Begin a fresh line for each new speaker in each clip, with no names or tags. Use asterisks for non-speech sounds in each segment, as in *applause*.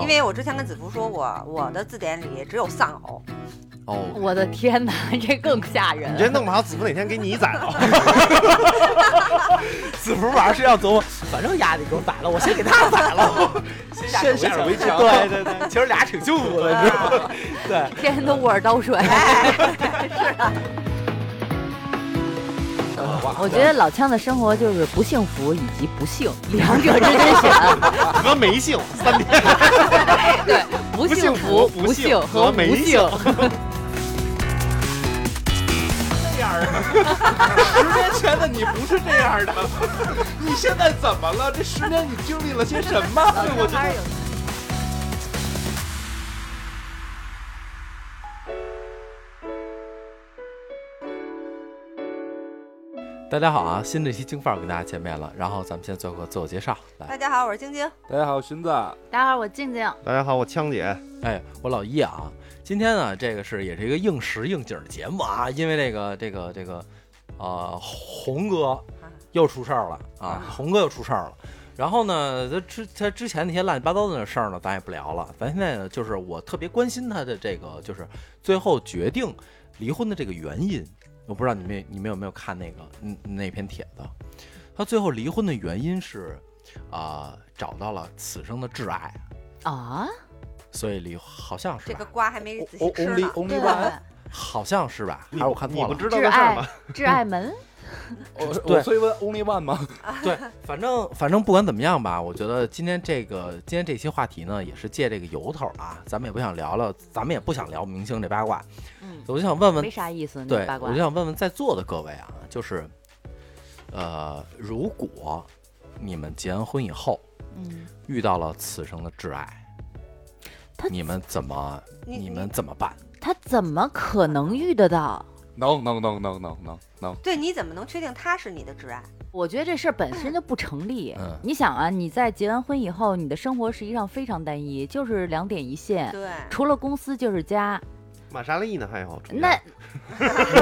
因为我之前跟子福说过，我的字典里只有丧偶，
嗯
哦，
我的天哪，这更吓
你这
人！
弄不好子福哪天给你宰了。
哦
子福晚上睡觉琢磨，
反正丫的给我宰了，我先给他宰了， *laughs* 先 *laughs* 下手为强。对对对，其实俩挺幸福的，你知道吗？对，
天天都握着刀水。
哎 *laughs*
我觉得老枪的生活就是不幸福以及不幸两者之间
*laughs*
选，
和没性三点。
*laughs* 对，不
不
幸
幸
福、
福
不幸
和
和
没
无
幸
幸。
*laughs*
这样的，十年前的你不是这样的，你现在怎么了？这十年你经历了些什么？我觉得。
大家好啊，新的一期京范儿跟大家见面了，然后咱们先做个自我介绍，来，
大家好，我是晶晶，
大家好，荀子，
待会儿我静静，
大家好，我枪姐，
哎，我老叶啊，今天呢，这个是也是一个应时应景儿的节目啊，因为这个这个这个，呃，红哥
啊
又出事儿了啊，红哥又出事儿了。然后呢，他之他之前那些乱七八糟的事儿呢，咱也不聊了。咱现在呢，就是我特别关心他的这个，就是最后决定离婚的这个原因。我不知道你们你们有没有看那个嗯那篇帖子，他最后离婚的原因是，啊、找到了此生的挚爱，
啊，
所以离好像是
这
吧
个瓜还没仔细吃
only
呢。
对
only
吧
one，？
好像是吧？还
你
是我看
你
错
不
了？
知道
挚
的事儿
爱
吗？，
挚爱门，
我
对
我所以问 only one 吗？
对，反正反正不管怎么样吧，我觉得今天这个今天这期话题呢，也是借这个由头啊，咱们也不想聊了，咱们也不想聊明星这八卦，
嗯，
我就想问问
没，啥意
嗯
思，那
对
八，
我
卦
就。想问问在座的各位啊，就是，呃，如果你们结完婚以后
嗯，
遇到了此生的挚爱
他，
你们怎么
你
你们怎么办？
他怎么可能遇得到？
能能能能能能
*laughs*
能，
对，你怎么能确定他是你的挚爱？
我觉得这事儿本身就不成立。
嗯
你想啊，你在结完婚以后，你的生活实际上非常单一，就是两点一线，
对，
除了公司就是家。
玛莎丽呢？还有中间
那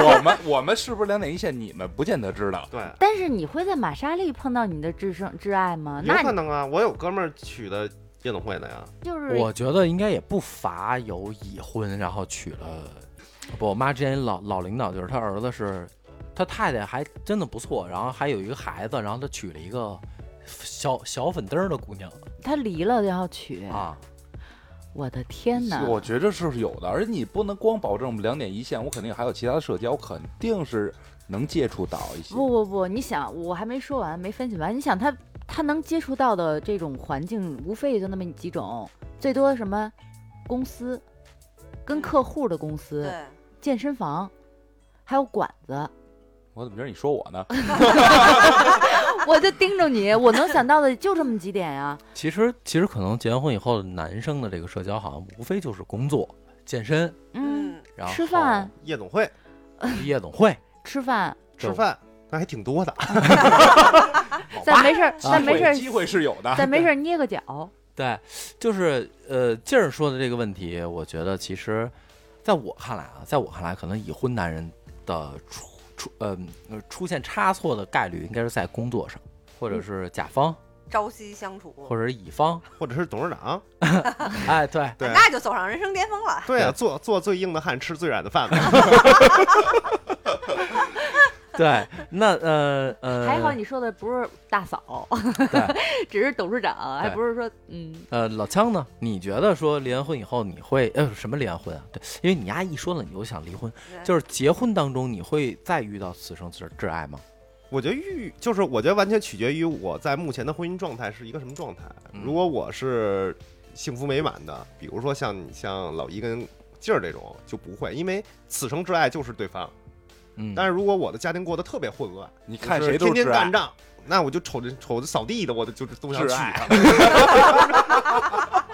我们我们是不是两点一线？你们不见得知道。
对，
但是你会在玛莎丽碰到你的至生挚爱吗？
有
那
可
你
能啊，我有哥们儿娶的夜总会的呀。
就是
我觉得应该也不乏有已婚然后娶了，不，我妈之前老老领导就是她儿子是，她太太还真的不错，然后还有一个孩子，然后她娶了一个小小粉灯儿的姑娘
他离了要娶，
啊，
我的天哪！
我觉着是有的，而且你不能光保证两点一线，我肯定还有其他的社交，肯定是能接触到一些。
不不不，你想，我还没说完，没分析完。你想他他能接触到的这种环境，无非也就那么几种，最多什么公司，跟客户的公司，
对，嗯
健身房，还有馆子，
我怎么觉得你说我
*laughs*
呢？
*laughs*
我就盯着你，我能想到的就这么几点呀、嗯
其实其实可能结完婚以后，男生的这个社交好像无非就是工作、健身，
嗯，
嗯，
然后
吃饭、
夜总会
*laughs*
夜总会、
吃饭，
吃饭，那还挺多的。 *laughs*
再没事儿，
机
再没事
会
儿，
机会是有的。
再没事儿捏个脚。
对，就是呃，静儿说的这个问题，我觉得其实，在我看来啊，在我看来，可能已婚男人的出出呃呃出现差错的概率，应该是在工作上，或
嗯
者是甲方，
朝夕相处，
或者是
*laughs*
乙方。
或者是董事长。
哎，对，
对
那就走上人生巅峰了。
对啊，做做最硬的汉，吃最软
*laughs*
的饭嘛。
对，那呃呃，
还好你说的不是大嫂， *laughs* 只是董事长，还
对
不是说嗯，
呃，老枪呢？你觉得说离完婚以后，你会呃什么离完婚啊？对，因为你丫一说了，你就想离婚，
嗯
对
就是结婚当中，你会再遇到此生挚挚爱吗？
我觉得遇就是，我觉得完全取决于我在目前的婚姻状态是一个什么状态。
嗯
如果我是幸福美满的，比如说像你像老一跟静儿这种，就不会，因为此生挚爱就是对方。
嗯，
但是如果我的家庭过得特别混乱，
你看
就是
谁都是
天天
挚爱
干仗，那我就瞅着瞅着扫地的，我就就是都想娶
挚爱 *laughs*
她。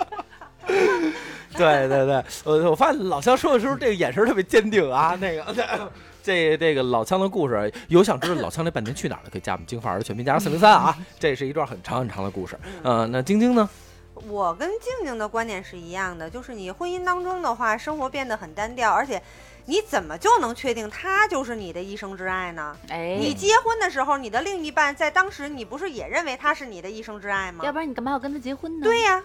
*laughs*
对对对，我我发现老枪说的时候，这个眼神特别坚定
*laughs*
啊。那个， *laughs* 这这个老枪的故事，有想知道老枪这半年去哪儿了，可以加我们金范儿的全拼加上四零
*laughs*
三啊。这是一段很长很长的故事。呃，那晶晶呢？
我跟静静的观点是一样的，就是你婚姻当中的话，生活变得很单调，而且你怎么就能确定他就是你的一生挚爱呢？
哎，
嗯
你结婚的时候，你的另一半在当时你不是也认为他是你的一生挚爱吗？
要不然你干嘛要跟他结婚呢？
对呀、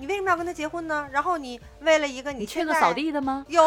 你为什么要跟他结婚呢？然后你为了一个你
你啊缺
现
个
在
扫地的吗？
又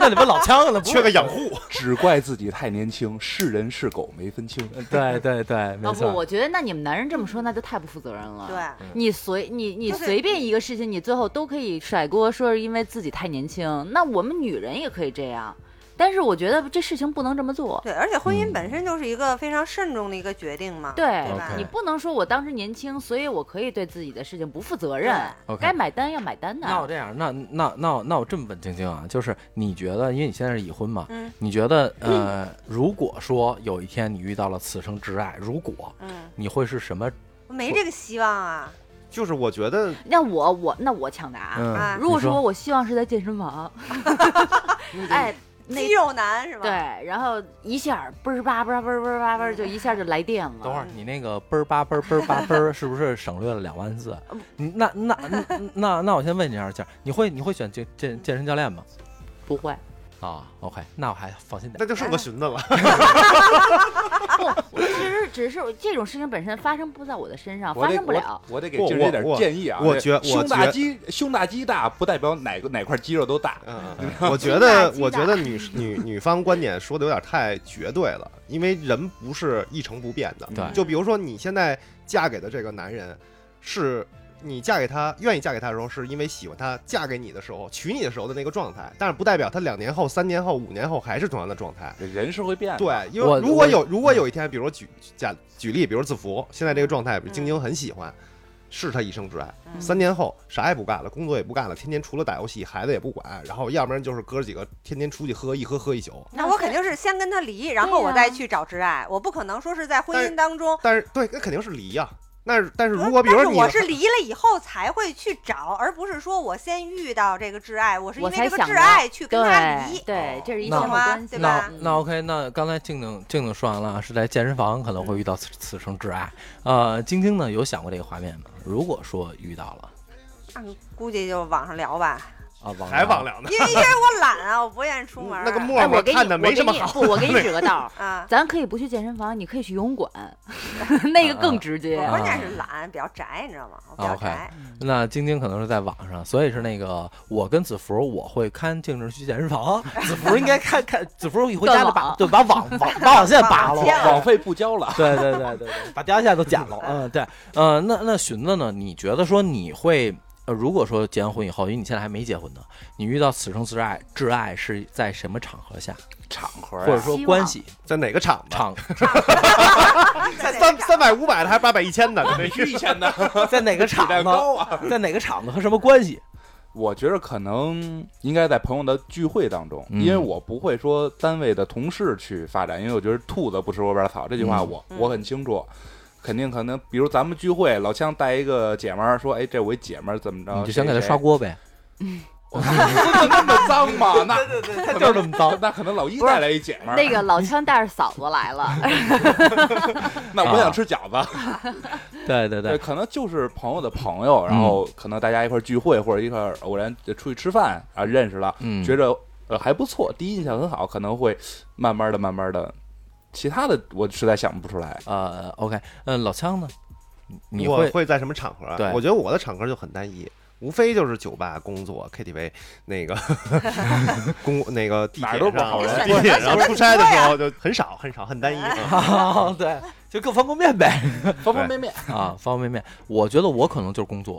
那你们老呛了，不是
*laughs* 缺个养护。
只怪自己太年轻，是人是狗没分清。
*laughs* 对对对，
啊
没
不，
错。
我觉得那你们男人这么说，那就太不负责任了。
对，，
你随你你
就是
随便一个事情，你最后都可以甩锅，说是因为自己太年轻。那我们女人也可以这样，但是我觉得这事情不能这么做。
对，而且婚姻
嗯
本身就是一个非常慎重的一个决定嘛，
对
对吧
OK
你不能说我当时年轻，所以我可以对自己的事情不负责任。
OK
该买单要买单的。
那我这样，那那那我那我这么问晶晶啊，就是你觉得，因为你现在是已婚嘛，
嗯
你觉得呃，
嗯
如果说有一天你遇到了此生挚爱，如果
嗯，
你会是什么？
没这个希望啊，
就是我觉得
那我我那我抢答啊。
啊
嗯，
如果
你说
说我希望是在健身
*laughs*
房，哎，那
肌肉男是吧？
对，然后一下儿嘣儿吧嘣儿吧嘣儿吧嘣儿吧就一下就来电了。
等会儿你那个嘣儿吧嘣儿嘣儿吧嘣儿，是不是省略了两万字？你那那那那那我先问你一下，倩儿，你会你会选健健健身教练吗？
不会，
啊，OK，那我还放心点
那。就剩个寻思了。
不，只是只是这种事情本身发生不在我的身上，
我
发
得
啊生不了。
我，我得给
不
今儿
我
点
我
建议啊！
我
这
觉我
胸大
觉
肌胸大肌大，不代表哪个哪块肌肉都大。
嗯， *laughs* 我觉得，我觉得女女女方观点说的有点太绝对了，因为人不是一成不变的。
对
就比如说你现在嫁给的这个男人，是你嫁给他愿意嫁给他的时候，是因为喜欢他；嫁给你的时候，娶你的时候的那个状态，但是不代表他两年后、三年后、五年后还是同样的状态。
嗯人是会变的。
对，因
我
为如果
我
有如果有一天，比如说举假举例，比如子服现在这个状态，晶晶很喜欢，是她一生挚爱。
嗯
三年后啥也不干了，工作也不干了，天天除了打游戏，孩子也不管，然后要不然就是哥几个天天出去喝，一喝喝一宿。
那我肯定是先跟他离，然后我再去找挚爱，我不可能说是在婚
但
姻
是
当中。呃
但是对，那肯定是离呀、但是但是如果比如
但
说
是
你
我是离了以后才会去找，而不是说我先遇到这个挚爱，我是因
我
为
才
这个
想
挚
到
爱去跟他
对
离。哦
对，这是一
那
项关系。
对
那
吧
那 OK，那刚才静静静静说完了，是在健身房可能会遇到此此生挚爱。呃，晶晶呢有想过这个画面吗？如果说遇到了
那估计就网上聊吧， *laughs*
啊，网
还
聊
网
*laughs*
聊呢，
因为因为我懒啊，我不愿意出门儿。，
嗯那个沫
哎，
沫
我给你，
看的
我给
没
你
什么好。
不，我
*laughs*
给你指个道儿
啊，
咱可以不去健身房，你可以去游泳馆， *laughs* 那个更直接。
我
啊
关键是懒，比较宅，你知道吗？我比
哦
较
OK
宅。
那晶晶可能是在网上，所以是那个我跟子福，我会看静静去健身房，子福应该看看子福回家
断
就
网
把对把网网把网线拔了
网，线
网费不交了。
*laughs* 对对对对对，把电话线都剪
*laughs*
了。嗯，对，呃，那那寻子呢？你觉得说你会，呃，如果说结完婚以后，因为你现在还没结婚呢，你遇到此生挚爱，挚爱是在什么场合下，
场合
或
啊
者说
希望
关系
在哪个厂吧？
场，
在哪
三
个
三百五百的还是八百一千
*laughs*
的？这 *laughs*
必须签的，
在哪个场 *laughs*
质量
子，
高啊！
在哪个场子和什么
*laughs*
关系？
我觉得可能应该在朋友的聚会当中，
嗯
因为我不会说单位的同事去发展，因为我觉得兔子不吃窝边草这句话
嗯
我、
嗯
我很清楚。肯定可能，比如咱们聚会，老乡带一个姐们儿说：“哎，这我一姐们儿怎么着？”
你就想给
谁
他刷，
*laughs*
锅呗，
谁那么脏吗？那
他就是这么
*laughs*
脏。
那可能老一带来一姐
啊
们儿，
那个老枪带着嫂子来了，
*laughs*
*laughs*
那
啊
我想吃饺子。
对对
*laughs*
对，
可能就是朋友的朋友，然后可能大家一块儿聚会或者一块儿偶然出去吃饭啊，认识了，
嗯，
觉着呃还不错，第一印象很好，可能会慢慢的、慢慢的，其他的我实在想不出 *laughs* 来。
呃，OK，呃，老枪呢？你你
我
会
会在什么场合啊？
对
我觉得我的场合就很单一，无非就是酒吧、工作、KTV，
*laughs*
那个公那个地
哪儿
铁
都不
上
好
人
地铁上出差的时候就很少很少，很单一。
哎
*laughs*
嗯
哦对，就各方各面呗。
方方面面，
*laughs* 啊，方方面面。我觉得我可能就是工作，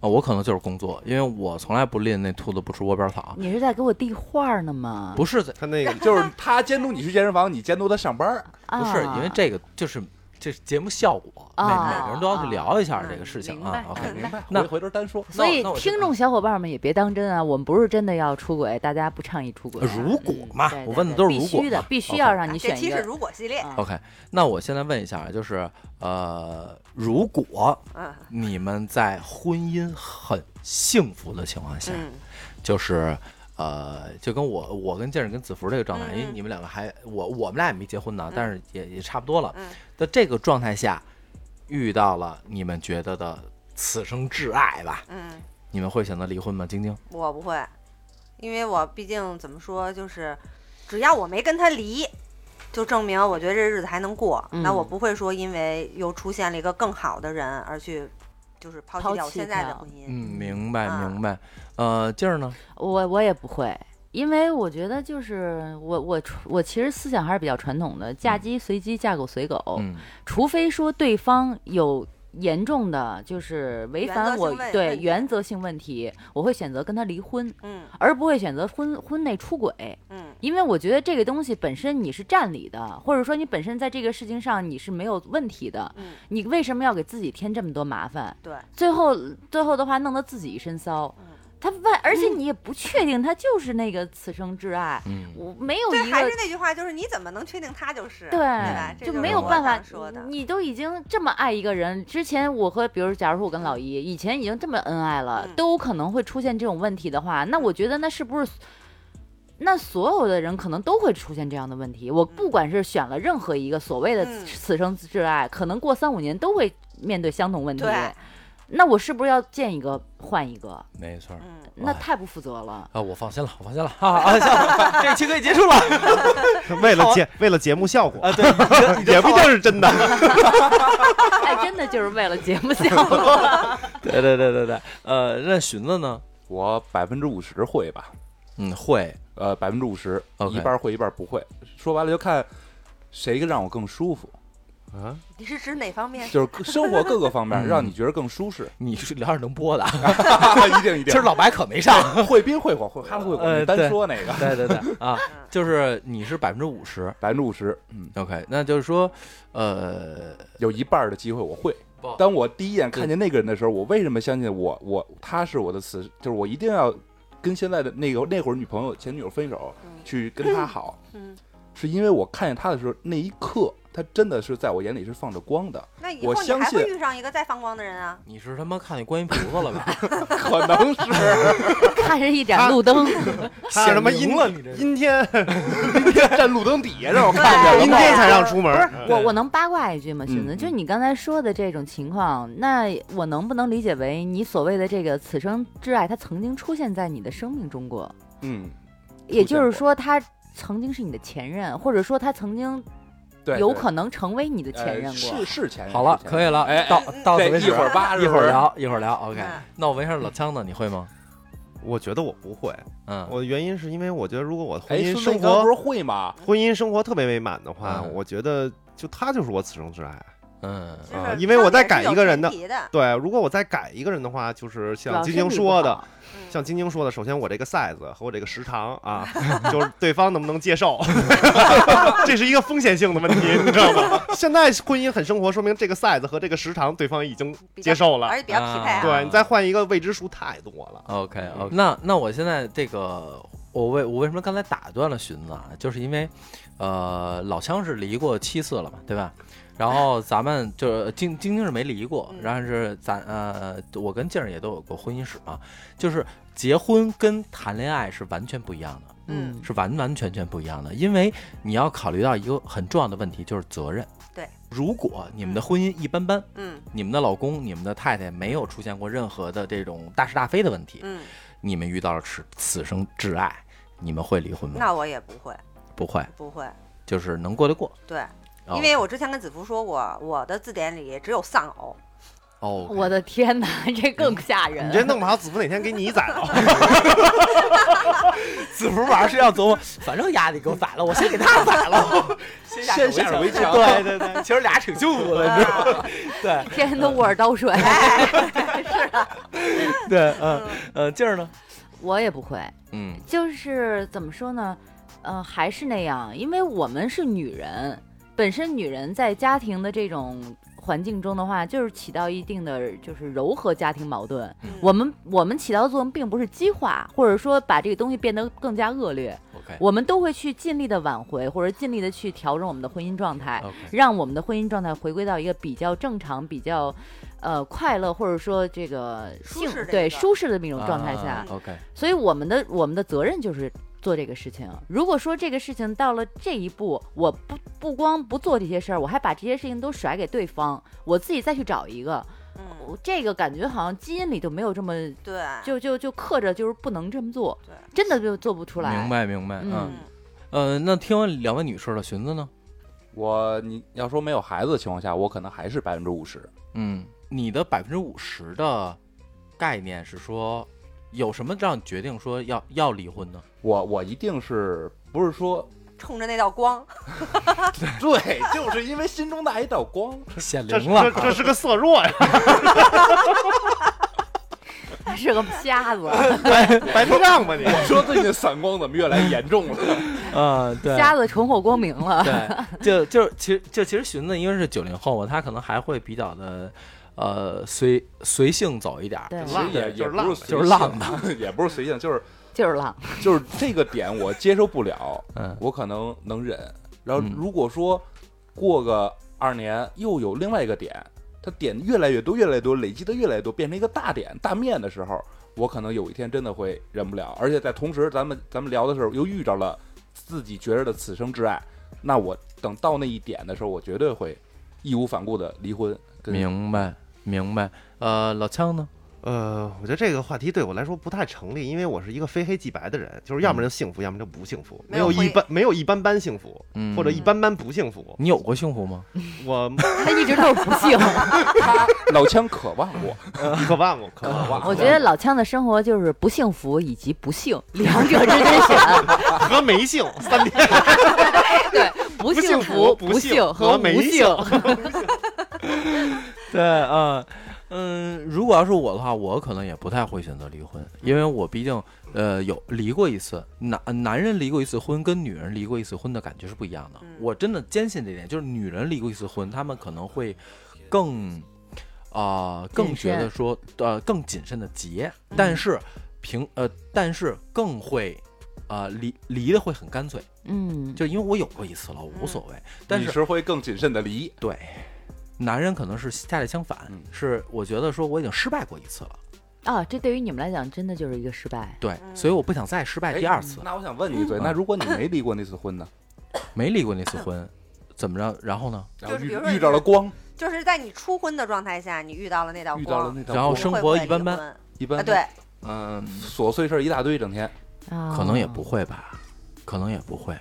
啊，我可能就是工作，因为我从来不吝那兔子不吃窝边草，
你是在给我递话呢吗？
不是在，
他那个
就是他监督你去健身房，你监督他上班 *laughs* 儿。
啊，
不是因为这个就是这是节目效果，每
啊
每个人都要去聊一下这个
嗯
事情
明
啊
白。
OK，
哎
明白
那
回回头单说。
所以
那我那我就
听众小伙伴们也别当真啊，我们不是真的要出轨，大家不倡议出轨啊。
呃如果嘛
嗯对对
我问的都是
对
如
必
果
须的
嘛，
必须
OK
要让啊你
啊这
选一
期是
个。
如果系列，
啊
OK，那我现在问一下，啊就是呃，如果
嗯
你们在婚姻很幸福的情况下，
嗯
就是呃，就跟我我跟健儿跟子福这个状态，
嗯嗯
因为你们两个还我我们俩也没结婚呢，但是也也差不多了。
嗯
在这个状态下，遇到了你们觉得的此生挚爱吧，
嗯，
你们会选择离婚吗？晶晶，
我不会，因为我毕竟怎么说，就是只要我没跟他离，就证明我觉得这日子还能过。
嗯
那我不会说因为又出现了一个更好的人而去，就是抛弃
抛
掉我
弃
现在的
掉
婚姻。
嗯，明白
啊
明白。呃，劲儿呢？
我我也不会，因为我觉得就是我我我其实思想还是比较传统的，嫁鸡随鸡，嫁狗随狗，
哦
嗯，
除非说对方有。严重的就是违
原
反
则
我
性问
对
问题
原则性问题，我会选择跟他离婚，
嗯
而不会选择婚婚内出轨。
嗯
因为我觉得这个东西本身你是占理的，或者说你本身在这个事情上你是没有问题的，
嗯，
你为什么要给自己添这么多麻烦？
对，
最后最后的话弄得自己一身骚
嗯。
他万，而且你也不确定他就是那个此生挚爱，
嗯
我没有
对，
一
还
个
是那句话，就是你怎么能确定他就是
对
吧？这
就是没有
我
办法
想说的，
你都已经这么爱一个人，之前我和比如，假如说我跟老姨以前已经这么恩爱了，
嗯
都有可能会出现这种问题的话，那我觉得那是不是？那所有的人可能都会出现这样的问题。我不管是选了任何一个所谓的
嗯
此生挚爱，可能过三五年都会面对相同问题。
对，
那我是不是要见一个换一个？
没错儿。
嗯。
那
哎
太不负责了。 *laughs*
啊，我放心了，我放心了啊啊！下这期可以结束了 *laughs*
是 *laughs* 为了节为了节目效果，
啊！对，你
*laughs*
这你这
也不一
套
定是真的。
哎，真的就是为了节目效
*laughs*
果。
对对对对对，呃，那荀子呢？
我百分之五十会吧，
嗯，会，
呃，百分之五十，
OK
一半会一半不会。说白了就看谁更让我更舒服，
啊，
你是指哪方面？
就是各生活各个方面
嗯
让你觉得更舒 *laughs* 适。
你是聊点能播 *laughs* 的啊。
一定一
今
定
儿，老白可没上。
*laughs* 会宾会火，会哈拉会
呃
火，单
对
说那个
*laughs* 对对对啊
嗯，
就是你是百分之五十
百分之五十，嗯，
，OK，那就是说，呃，
有一半儿的机会我会
不。
当我第一眼看见那个人的时候，我为什么相信我我他是我的词？就是我一定要跟现在的那个那会儿女朋友前女友分手
嗯，
去跟他好，
嗯，
是因为我看见他的时候那一刻，他真的是在我眼里是放着光的，
那以
我
后你
相
还会
信
遇上一个再放光的人啊？
你是他妈看见观音菩萨了吧？
可能是
看着一盏路灯，
他 *laughs* 他妈
显
阴
灵了你这
阴天
站路灯底下让我看
对
见
阴
了。
天才让出门
不是
儿，嗯
我，我能八卦一句吗？
嗯
荀子，
嗯
就你刚才说的这种情况，那我能不能理解为你所谓的这个此生挚爱，它曾经出现在你的生命中过？
嗯，
也就是
过
说，他曾经是你的前任，或者说他曾经
对，
有
对
可能成为你的
呃
前任过。
是是前任，
好了，
是前任
可以了
*laughs* 哎，哎
到到
对
此为止
一会儿吧
一
是
会
不
儿
是
聊，一会儿聊，OK
嗯。
啊
那我没事儿，老枪呢？你会吗？
我觉得我不会。
嗯，
我的原因是因为我觉得如果我婚
哎，
姻
孙子
生
你刚才不
活
是会吗？
婚姻生活特别美满的话，
嗯
我觉得就他就是我此生挚爱。
嗯，
就是
啊因为我在改一个人的
挑选是有前提的，
对，如果我再改一个人的话，就是
主要
像
是
晶
你不
晶说的，
好，
嗯
像晶晶说的，首先我这个 size 和我这个时长啊， *laughs* 就是对方能不能接受， *laughs* 这是一个风险性的问题，你知道吗？ *laughs* 现在婚姻很生活，说明这个 size 和这个时长对方已经
比较
接受了。
而且比较匹配啊。
啊
对你再换一个未知数太多了。
OK OK，那那我现在这个，我为我为什么刚才打断了荀子啊？就是因为，呃，老枪是离过七次了嘛，对吧？然后咱们就是晶晶晶是没离过，
嗯
然后是咱呃，我跟静儿也都有过婚姻史嘛，就是结婚跟谈恋爱是完全不一样的，
嗯，
是完完全全不一样的，因为你要考虑到一个很重要的问题，就是责任。
对，
如果你们的婚姻一般般，
嗯
你们的老公、你们的太太没有出现过任何的这种大是大非的问题，
嗯，
你们遇到了此此生挚爱，你们会离婚吗？
那我也不会，
不会，
不会。
就是能过得过。
对，
哦
因为我之前跟子福说过，我的字典里只有丧
*laughs*
偶，
哦，
我的天哪， *laughs* 这
嗯
更吓人。
你这弄不好，子福哪天给你宰了。
子福晚上睡觉琢磨， *laughs* 反正丫的给我宰了，我先给他
*laughs*
宰了，
先下手为强
对对对，其实俩挺幸福
嗯
嗯
的，你知道吗？对
天天都
嗯
握着刀水，
*laughs*
对，嗯呃，劲儿呢？
我也不会。
嗯
就是怎么说呢？呃，还是那样，因为我们是女人，本身女人在家庭的这种环境中的话，就是起到一定的就是柔和家庭矛盾。
嗯
我们我们起到的作用并不是激化，或者说把这个东西变得更加恶劣，
，OK
我们都会去尽力的挽回，或者尽力的去调整我们的婚姻状态。
嗯
OK，
让我们的婚姻状态回归到一个比较正常、比较，呃，快乐或者说这个
舒
幸
适的
对
一个
舒适的那种状态下，
啊 OK，
所以我们的我们的责任就是做这个事情。如果说这个事情到了这一步，我不不光不做这些事儿，我还把这些事情都甩给对方，我自己再去找一个，
嗯，
我这个感觉好像基因里就没有这么
对，
就就就刻着，就是不能这么做，
对，
真的就做不出来。
明，白明白，
嗯
嗯，呃，那听完两位女士的寻思呢？
我你要说没有孩子的情况下，我可能还是百分之五十。
嗯，你的百分之五十的概念是说，有什么让你决定说要要离婚呢？
我我一定是不是
*laughs*
说
冲着那道光，
对，就是因为心中那一道
*laughs*
光。
显
这这这是个色弱呀，
是个瞎
*laughs*
子，
白内障吧你？
我说最近散光怎么越来越严重了？
嗯，对。
瞎子重获光明了。
对，就就是其实就其实寻子因为是九零后嘛，他可能还会比较的，呃，随随性走一点儿。
对
其实也也
就是
不
浪
是随
就是浪
性， *laughs* 也不是随性，就是
就是浪，
就是这个点我接受不了，
嗯
我可能能忍。然后
嗯
如果说过个二年又有另外一个点，它点越来越多，越来越多，累积的越来越多，变成一个大点大面的时候，我可能有一天真的会忍不了。而且在同时，咱们咱们聊的时候又遇着了自己觉着的此生挚爱，那我等到那一点的时候，我绝对会义无反顾的离婚。跟
明白明白。呃，老枪呢？
呃，我觉得这个话题对我来说不太成立，因为我是一个非黑即白的人，就是要么就幸福，要么就不幸福，
没
没
有
有
灰
一般没有一般般幸福，
嗯，
或者一般般不幸福。
你有过幸福吗？
我
他一直都是不
*laughs*
幸。
他老枪渴望过，
渴望过，渴望过，
我觉得老枪的生活就是不幸福以及不幸两者之间选，
和没幸三天。
对，不幸福、不
不幸福
幸和
和没
无
幸
幸。
*laughs* 对，嗯嗯，如果要是我的话，我可能也不太会选择离婚，因为我毕竟呃有离过一次，男男人离过一次婚跟女人离过一次婚的感觉是不一样的。
嗯
我真的坚信这一点，就是女人离过一次婚，她们可能会更啊、更
谨
觉得
慎嗯
说呃更谨慎的结，但是平呃但是更会。啊、离离的会很干脆，
嗯，
就因为我有过一次了，我无所谓。 *laughs* 但
你
是
是会更谨慎的离。
对，男人可能是恰恰相反，
嗯
是我觉得说我已经失败过一次了，
啊，这对于你们来讲真的就是一个失败。
对，
嗯
所以我不想再失败哎第二次。
哎那我想问你一嘴，
嗯
那如果你没离过那次婚呢？
没离过那次婚，怎么着？然后呢？
然后
就是
遇
比如说
遇到了光，
就是在你初婚的状态下，你遇到了那道
遇到了
光，
那道光，
然后
你
生
会不
活
会
一般
离
般
婚
一般
啊，对，
嗯，琐碎事儿一大堆，整天
啊，
可能也不会吧，可能也不会。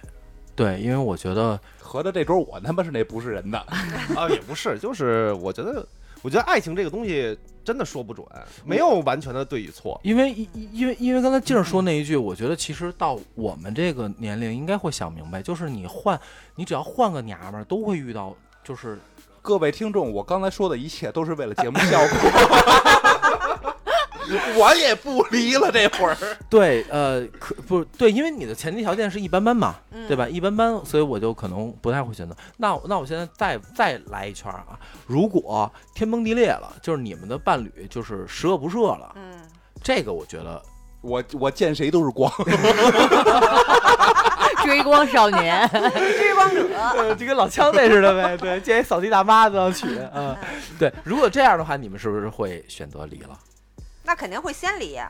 对，因为我觉得，
合着这桌我他妈是那不是人的，
啊，也不是，就是我觉得，我觉得爱情这个东西真的说不准，没有完全的对与错。
因为因因为因为刚才静儿说那一句，我觉得其实到我们这个年龄应该会想明白，就是你换，你只要换个娘们儿，都会遇到，就是
各位听众，我刚才说的一切都是为了节目效果。 *laughs* 我也不离了，这会儿
对，呃，可不对，因为你的前提条件是一般般嘛，
嗯
对吧？一般般，所以我就可能不太会选择。那那我现在再再来一圈儿啊！如果天崩地裂了，就是你们的伴侣就是十恶不赦了，
嗯，
这个我觉得
我我见谁都是光，
啊追光少年，
追光者，
呃就跟老枪那似的呗，对，见一扫地大妈都要
*laughs*
娶，嗯，对。如果这样的话，你们是不是会选择离了？
那肯定会先离，啊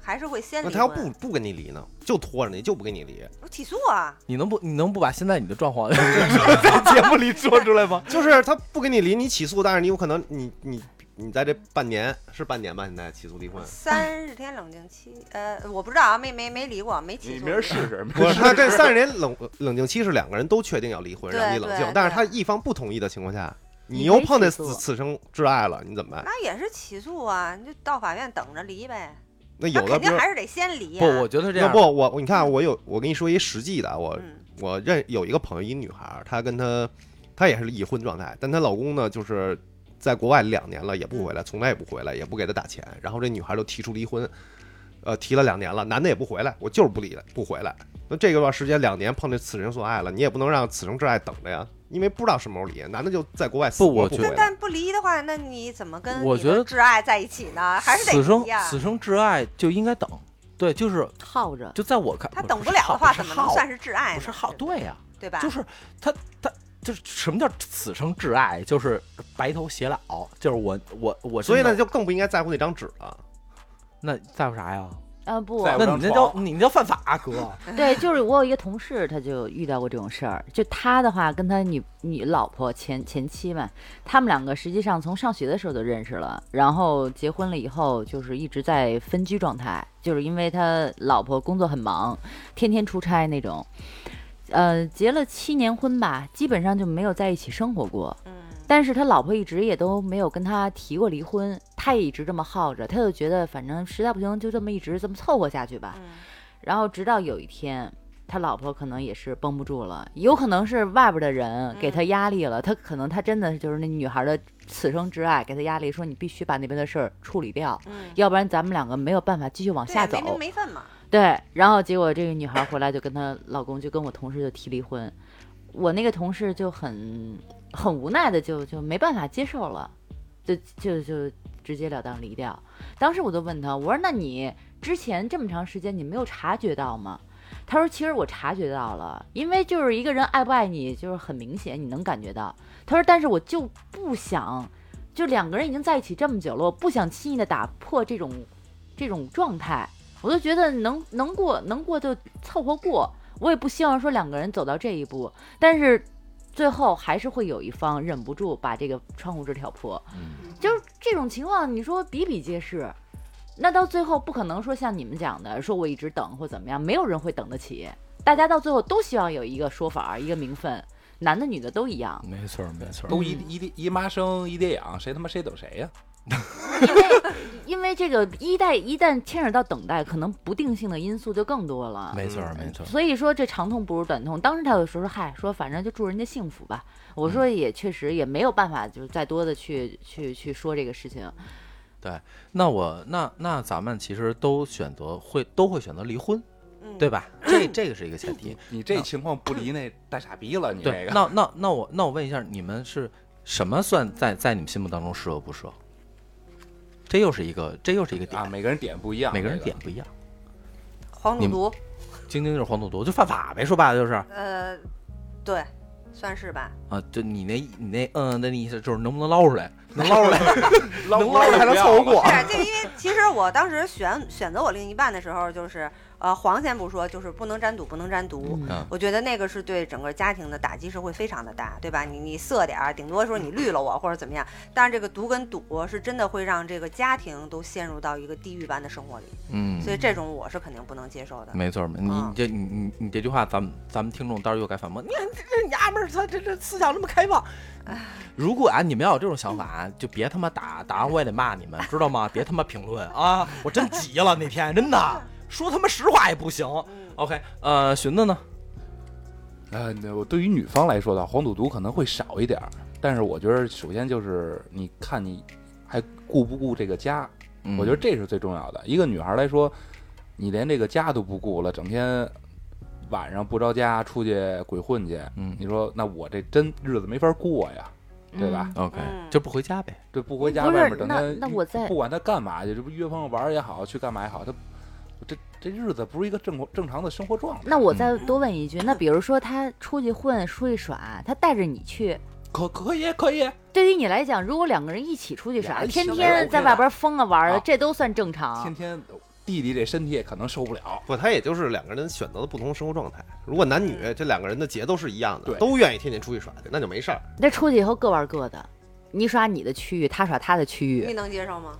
还是会啊先
那
离
他要不不跟你离呢，就拖着你，就不跟你离，
不起诉啊，
你能不你能不把现在你的状况 *laughs* 在节目里说出来吗？
就是他不跟你离，你起诉，但是你有可能你你你在这半年是半年吧，现在起诉离
*laughs*
婚。
三十天冷静期，呃，我不知道啊，没没没离过，没起
你
诉
明
过。
儿试试。
不是，他这三十年冷冷静期是两个人都确定要离婚，
对
让你冷静
对，
但是
对
他一方不同意的情况下，
你
你又
可以
碰见
起诉
此此生挚爱了，你怎么办？
那也是起诉啊，你就到法院等着离呗。
那
那
有的
肯
比如
定还是得先离、啊。
不，我觉得这
要
样
不我我你看我有我跟你说一实际的，我
嗯
我认有一个朋友，一女孩儿，她跟她她也是已婚状态，但她老公呢就是在国外两年了，也不回来，从来也不回来，也不给她打钱。然后这女孩就提出离婚，呃，提了两年了，男的也不回来，我就是不理了，不回来。那这个段时间两年碰见此生所爱了，你也不能让此生挚爱等着呀，因为不知道什么时候离，男的就在国外死
不
活
我
不
觉
回
得
但
来。
但不离的话，那你怎么跟
我
你
觉
的
得
挚爱在一起呢？还是得
此生
离呀、
此生挚爱就应该等，对，就是
耗着。
就在我看，
他
不是
等
不
不
是
了
耗
的话，
不
怎
是
么能
耗
算是挚爱呢？
不是耗？对呀、
对吧？
就是他他就是什么叫此生挚爱？就是白头偕老，就是我我我。
所以呢，
呢，
就更不应该在乎那张纸了。
那在乎啥呀？
*laughs* 啊不，
在
那
我
你
上
那叫你那叫犯法，啊哥。
对，就是我有一个同事，他就遇到过这种事儿。就他的话，跟他女女老婆前前妻嘛，他们两个实际上从上学的时候就认识了，然后结婚了以后，就是一直在分居状态，就是因为他老婆工作很忙，天天出差那种。呃，结了七年婚吧，基本上就没有在一起生活过。
嗯，
但是他老婆一直也都没有跟他提过离婚，他也一直这么耗着，他就觉得反正实在不行就这么一直这么凑合下去吧。
嗯
然后直到有一天，他老婆可能也是绷不住了，有可能是外边的人给
嗯
他压力了，他可能他真的就是那女孩的此生挚爱，给他压力，说你必须把那边的事儿处理掉，
嗯，
要不然咱们两个没有办法继续往
对呀
下走。
没名没分嘛，
对，然后结果这个女孩回来就跟她老公就跟我同事就提离婚，我那个同事就很很无奈的就就没办法接受了，就就就直截了当离掉。当时我就问他，我说那你之前这么长时间你没有察觉到吗？他说其实我察觉到了，因为就是一个人爱不爱你就是很明显，你能感觉到。他说但是我就不想，就两个人已经在一起这么久了，我不想轻易的打破这种这种状态。我就觉得能能过能过就凑合过，我也不希望说两个人走到这一步，但是最后还是会有一方忍不住把这个窗户纸挑破，就是这种情况，你说比比皆是。那到最后不可能说像你们讲的，说我一直等或怎么样，没有人会等得起，大家到最后都希望有一个说法儿，一个名分，男的女的都一样。
没错没错
都姨姨爹姨妈生姨爹养，谁他妈谁等谁呀？
因为因为这个一代一旦牵扯到等待，可能不定性的因素就更多了。
没错
嗯
没 *laughs* 错。
所以说这长痛不如短痛。当时他有时候说嗨，说反正就祝人家幸福吧。我说也确实也没有办法，就是再多的去去去说这个事情。
那我那那咱们其实都选择会都会选择离婚，
嗯，
对吧？
*laughs*
这这个是一个前提。
你这情况不离那大傻逼了，嗯你这
对，
个
那那那我那我问一下，你们是什么算在在你们心目当中十恶不赦？这又是一个这又是一个
啊，
点，
每个人点不一样，
每个人
这
点不一样。
黄
你
赌
们
毒，
晶晶就是黄赌毒，就犯法呗，说白了就是啊
呃，对，算是吧，，
就你那你那嗯嗯的意思就是能不能捞出来，能捞出来，
捞
能捞出来还能凑合过
是。啊，就因为其实我当时选选择我另一半的时候，就是呃，黄先不说，就是不能沾赌，不能沾毒。
嗯
我觉得那个是对整个家庭的打击是会非常的大，对吧？你你色点儿，顶多说你绿了我或者怎么样，但是这个毒跟赌是真的会让这个家庭都陷入到一个地狱般的生活里，
嗯
所以这种我是肯定不能接受的。
没错，没你
嗯
你这你你你这句话，咱们咱们听众到时候又该反驳，你看这这娘们儿，他这这思想这么开放。如果啊，你们要有这种想法啊，就别他妈打，打完我也得骂你们，知道吗？别他妈评论啊！我真急了，那天真的
嗯
说他妈实话也不行。OK，呃，寻子呢？
呃，那我对于女方来说的话黄赌毒可能会少一点儿，但是我觉得首先就是你看你还顾不顾这个家，
嗯
我觉得这是最重要的。一个女孩来说，你连这个家都不顾了，整天晚上不着家出去鬼混去，
嗯
你说那我这真日子没法过呀，对吧？
OK，
嗯
就不回家呗。
这不回家
不是
外面整
那
天，
那我在
不管他干嘛去，这不约朋友玩儿也好，去干嘛也好，他这这日子不是一个正正常的生活状态。
那我再多问一句，那比如说他出去混、出去耍，他带着你去，
可可以可以，
对于你来讲，如果两个人一起出去
俩
耍，
人一
天
起玩儿
天在外边疯啊玩儿
啊
啊，这都算正
天
常。
天弟弟这身体也可能受不了。
不，他也就是两个人选择了不同的生活状态。如果男女这两个人的节奏是一样的，
对
都愿意天天出去耍去，那就没事儿。
那出去以后各玩各的，你耍你的区域，他耍他的区
你
域。
能接受吗？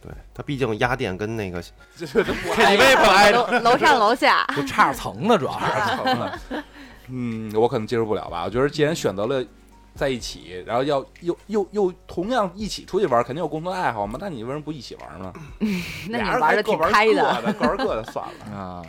对他毕竟鸭店跟那个
*laughs* 这这都不爱
KTV 不挨着，
楼楼上楼下，
就
*laughs*
差着层呢，主要是。
*laughs* 了。嗯，我可能接受不了吧。我觉得既然选择了在一起，然后要又又又同样一起出去玩，肯定有共同爱好嘛。那你为什么不一起玩 *laughs* 呢？
那
俩
你
人
玩
还
的
各
挺
玩
开
各
的。
的，各玩各的算 *laughs* 了。
啊，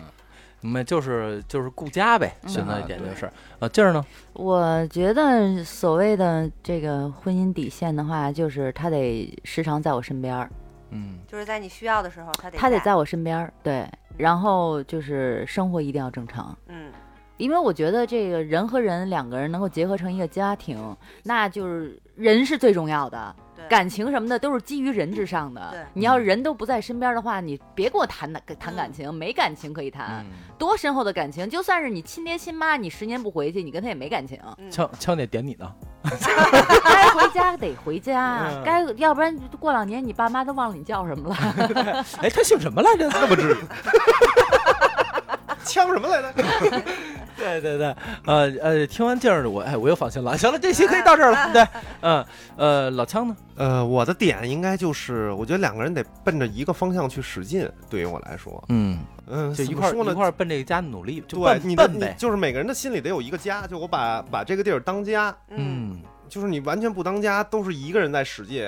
那就是就是顾家呗，寻
嗯
思一点就是。呃，劲儿呢？
我觉得所谓的这个婚姻底线的话，就是他得时常在我身边儿，
呃
嗯
就是在你需要的时候，他得
他得在我身边儿，对。然后就是生活一定要正常，
嗯
因为我觉得这个人和人两个人能够结合成一个家庭，那就是人是最重要的。
对
感情什么的都是基于人之上
对
的。你要人都不在身边的话，你别跟我谈的谈感情，没感情可以谈。
嗯
多深厚的感情，就算是你亲爹亲妈，你十年不回去，你跟他也没感情。
嗯
枪枪姐点你呢，
*laughs* 该哎回家得回家
嗯，
该要不然过两年你爸妈都忘了你叫什么了。
哎，他姓什么来着？
那不至于。 *laughs* *laughs* 呛什么来着？
对对对，呃呃，听完劲儿我哎，我又放心了。行了，这期可以到这儿
啊
了。对，嗯呃，老枪呢？
呃，我的点应该就是，我觉得两个人得奔着一个方向去使劲。对于我来说，
嗯，
嗯，
就
怎
一
么
块儿
说呢
一块儿奔这个家努力，就
对
奔
你的
奔
你
呗。
就是每个人的心里得有一个家，就我把把这个地儿当家，
嗯，
嗯，
就是你完全不当家，都是一个人在使劲，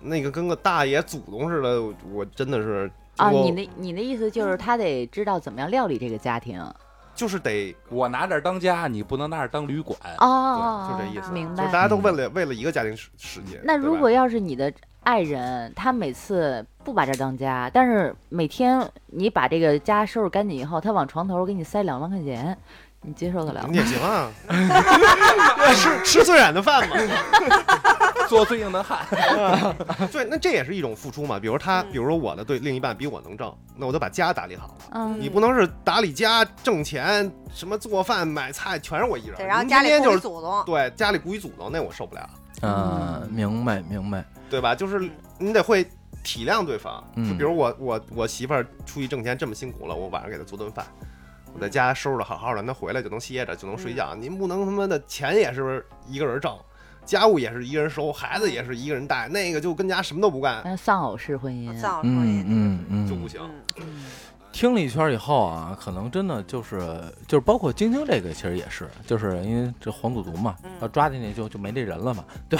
那个跟个大爷祖宗似的，我我真的是
啊，
*laughs* 我
你那你那意思就是他得知道怎么样料理这个家庭啊
就是得
我拿这儿当家，你不能拿这儿当旅 *laughs* 馆。
哦，
就这意思，
明
就是
白
大。家都
嗯
为了为了一个家庭使使劲。
那
对
如
吧
果要是你的爱人，他每次不把这儿当家，但是每天你把这个家收拾干净以后，他往床头给你塞两万块钱，你接受得了吗？
你也行啊， *laughs* 吃吃最软的饭嘛。
做最硬的汉。
对，那这也是一种付出嘛。比如他，
嗯
比如说我的对另一半比我能挣，那我就把家打理好了。
嗯，
你不能是打理家、挣钱、什么做饭、买菜，全是我一人。
得让
您
家里
天天
供
就
一
是
祖宗，
对家里雇一祖宗，那我受不了，
呃，明白明白。
对吧？
嗯
就是你得会体谅对方。
嗯
就比如我我我媳妇儿出去挣钱这么辛苦了，我晚上给她做顿饭。我在家收拾的好好的，让她回来就能歇着，就能睡
嗯
觉。您不能他妈的钱也是一个人挣，家务也是一个人收，孩子也是一个人带，那个就跟家什么都不干
那丧偶式婚姻，
造出
嗯
去
嗯嗯，
就不行。
嗯
嗯
听了一圈以后啊，可能真的就是就是包括晶晶这个，其实也是，就是因为这黄赌毒嘛
嗯，
要抓进去就就没这人了嘛，
*laughs*